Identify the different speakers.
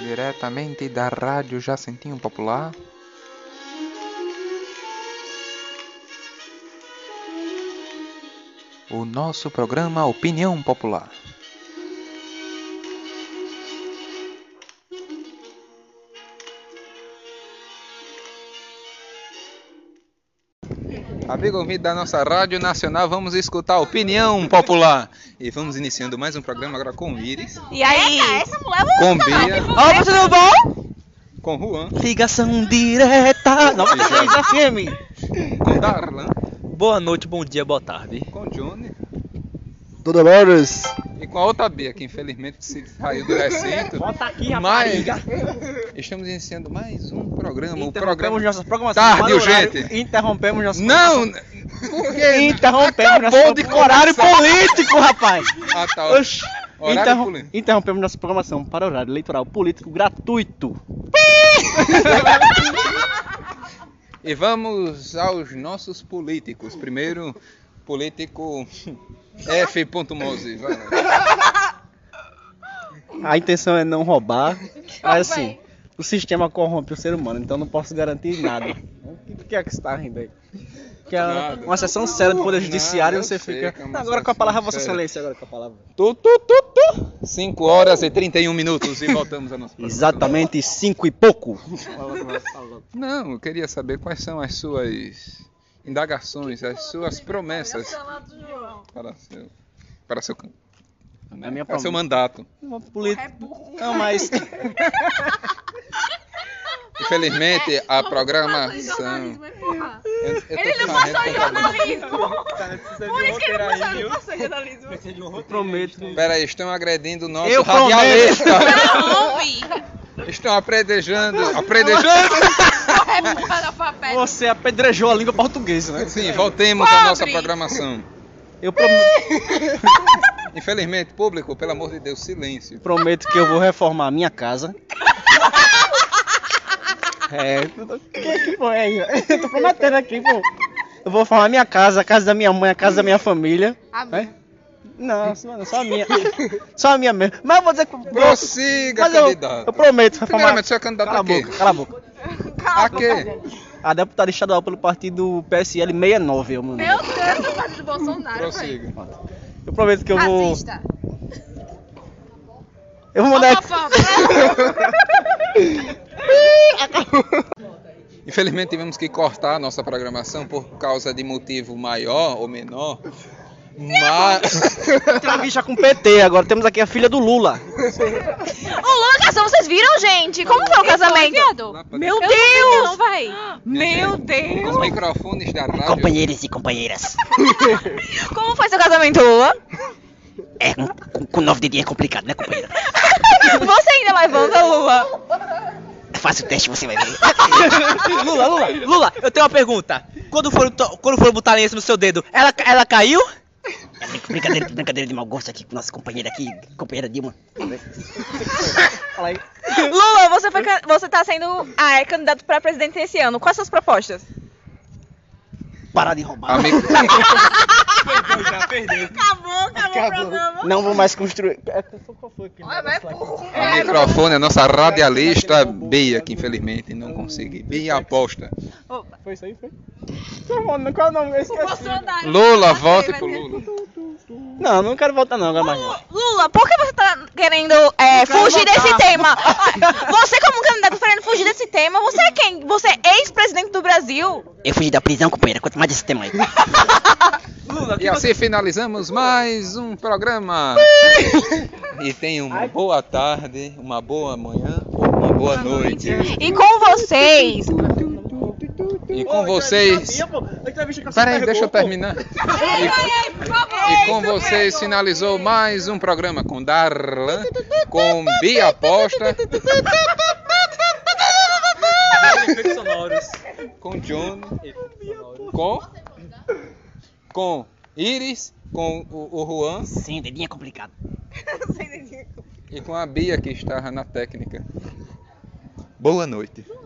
Speaker 1: diretamente da Rádio Jacentinho Popular. O nosso programa Opinião Popular. Amigo ouvinte da nossa Rádio Nacional, vamos escutar a opinião popular. E vamos iniciando mais um programa agora com o Iris,
Speaker 2: E aí?
Speaker 3: Essa mulher vai
Speaker 1: com Bia,
Speaker 2: Ó, você não vão?
Speaker 1: com Juan,
Speaker 4: Ligação direta! 93 FM!
Speaker 1: com Darlan,
Speaker 4: Boa noite, bom dia, boa tarde.
Speaker 1: com Johnny
Speaker 5: Dolores.
Speaker 1: e com a outra Bia, que infelizmente se saiu do recinto.
Speaker 4: Bota aqui,
Speaker 1: Mas estamos iniciando mais um programa. O
Speaker 4: Interrompemos
Speaker 1: programa.
Speaker 4: nossas programações.
Speaker 1: Tarde,
Speaker 4: para o horário,
Speaker 1: gente.
Speaker 4: Interrompemos nossas.
Speaker 1: Não! Por quê?
Speaker 4: Interrompemos
Speaker 1: Acabou
Speaker 4: nossas.
Speaker 1: de
Speaker 4: horário
Speaker 1: começar.
Speaker 4: político, rapaz!
Speaker 1: Ah, tá.
Speaker 4: Oxi!
Speaker 1: Horário
Speaker 4: Interrom-
Speaker 1: político.
Speaker 4: Interrompemos nossa programação para o horário eleitoral político gratuito.
Speaker 1: E vamos aos nossos políticos. Primeiro, político F. Mose. vai lá.
Speaker 4: A intenção é não roubar. Mas assim, o sistema corrompe o ser humano, então não posso garantir nada. O que, que é que você tá rindo aí? Que é
Speaker 1: Nada.
Speaker 4: uma sessão séria do Poder
Speaker 1: Nada,
Speaker 4: Judiciário,
Speaker 1: eu
Speaker 4: você
Speaker 1: sei
Speaker 4: fica.
Speaker 1: que é uma
Speaker 4: Não, agora com a palavra,
Speaker 1: sessão
Speaker 4: Vossa
Speaker 1: séria.
Speaker 4: Excelência, agora com a palavra.
Speaker 1: Tu, tu, tu, tu. 5 horas e 31 minutos e voltamos a nossa
Speaker 4: Exatamente cinco e pouco.
Speaker 1: Não, eu queria saber quais são as suas indagações, as suas promessas para seu, para seu, can-
Speaker 4: A minha
Speaker 1: para seu
Speaker 4: promessa.
Speaker 1: mandato.
Speaker 4: É Uma polit-
Speaker 3: é
Speaker 4: Não, mas.
Speaker 1: Infelizmente,
Speaker 3: né?
Speaker 1: a programação.
Speaker 3: é
Speaker 1: Eu, eu tô
Speaker 3: Ele não
Speaker 1: correndo
Speaker 3: passou em
Speaker 1: com Tá, problema.
Speaker 3: jornalismo. Por isso que ele não passou, não passou em jornalismo.
Speaker 4: Eu prometo.
Speaker 1: Pera aí, estão agredindo o nosso
Speaker 4: Eu prometo.
Speaker 1: radialista.
Speaker 3: Não, ouvi.
Speaker 1: Estão apredejando, apredejando.
Speaker 3: Corre papel.
Speaker 4: Você apedrejou a língua portuguesa, né?
Speaker 1: Sim, voltemos à nossa programação.
Speaker 4: Eu prom-
Speaker 1: Infelizmente, público, pelo amor de Deus, silêncio.
Speaker 4: prometo que eu vou reformar a minha casa. É. Que, que porra é aí? Eu tô prometendo aqui, pô. Eu vou reformar a minha casa, a casa da minha mãe, a casa da minha família.
Speaker 3: Ah,
Speaker 4: É? Não, só só a minha. Só a minha mesmo. Mas eu vou dizer que.
Speaker 1: Prossiga,
Speaker 4: Mas eu,
Speaker 1: candidato.
Speaker 4: eu prometo reformar.
Speaker 1: Primeiramente, você é candidato
Speaker 4: Cala
Speaker 1: a
Speaker 4: a
Speaker 1: quê?
Speaker 4: boca, cala a boca.
Speaker 1: A quê?
Speaker 4: A deputada estadual pelo partido PSL 69, eu, mano.
Speaker 3: Meu Deus, o do Bolsonaro, velho.
Speaker 1: Prossiga.
Speaker 4: Eu prometo que eu vou.
Speaker 3: Racista.
Speaker 4: Eu vou mandar.
Speaker 3: Homofóbico.
Speaker 1: Infelizmente tivemos que cortar a nossa programação por causa de motivo maior ou menor. Mas
Speaker 4: Entrevista com o PT agora. Temos aqui a filha do Lula.
Speaker 2: O Lucas, vocês viram, gente? Como foi o casamento?
Speaker 1: Meu
Speaker 2: Deus! Não, vai.
Speaker 1: Meu Deus! Os microfones da rádio.
Speaker 4: Companheiros e companheiras.
Speaker 2: Como foi seu casamento, Lula?
Speaker 4: É, com- com nove dedinhos é complicado, né, companheira?
Speaker 2: Você ainda levanta, Lula.
Speaker 6: é
Speaker 4: Faça o teste, você vai ver. Lula, Lula, Lula, eu tenho uma pergunta. Quando for, to- quando for botar a lenço no seu dedo, ela, ca- ela caiu?
Speaker 6: Brincadeira, brincadeira de mau gosto aqui com nossa companheira aqui, companheira Dilma.
Speaker 2: Lula, você, foi, ca- você tá sendo ah, é candidato pra presidente esse ano. Quais suas propostas?
Speaker 6: Parar de roubar.
Speaker 1: A mi-
Speaker 3: Acabou, acabou o programa. É,
Speaker 4: Não vou mais construir. É,
Speaker 3: Olha, vai porra.
Speaker 1: a microfone, a nossa radialista é Bia, que infelizmente não consegui. Bia aposta.
Speaker 4: Foi isso aí, foi? Qual o nome? Eu esqueci.
Speaker 3: Bolsonaro.
Speaker 1: Lula, volte pro Lula.
Speaker 4: Não, não quero voltar não, agora mais não.
Speaker 2: Lula, por que você tá querendo é,
Speaker 4: quero
Speaker 2: fugir
Speaker 4: votar.
Speaker 2: desse tema? Olha, Você, como candidato, tá querendo fugir desse tema, você é quem? Você é ex-presidente do Brasil?
Speaker 6: Eu fugi da prisão, companheira, quanto mais desse tema aí.
Speaker 4: Lula, tipo
Speaker 1: E assim finalizamos mais um programa. E tenham uma boa tarde, uma boa manhã ou uma boa noite.
Speaker 2: E com vocês,
Speaker 1: E com vocês. Peraí, deixa eu terminar. E com vocês finalizou mais um programa com Darlan, com Bia Aposta, com John, com com Iris, com o, o Juan
Speaker 6: Sim, dedinho é complicado.
Speaker 1: e com a Bia que estava na técnica. Boa noite.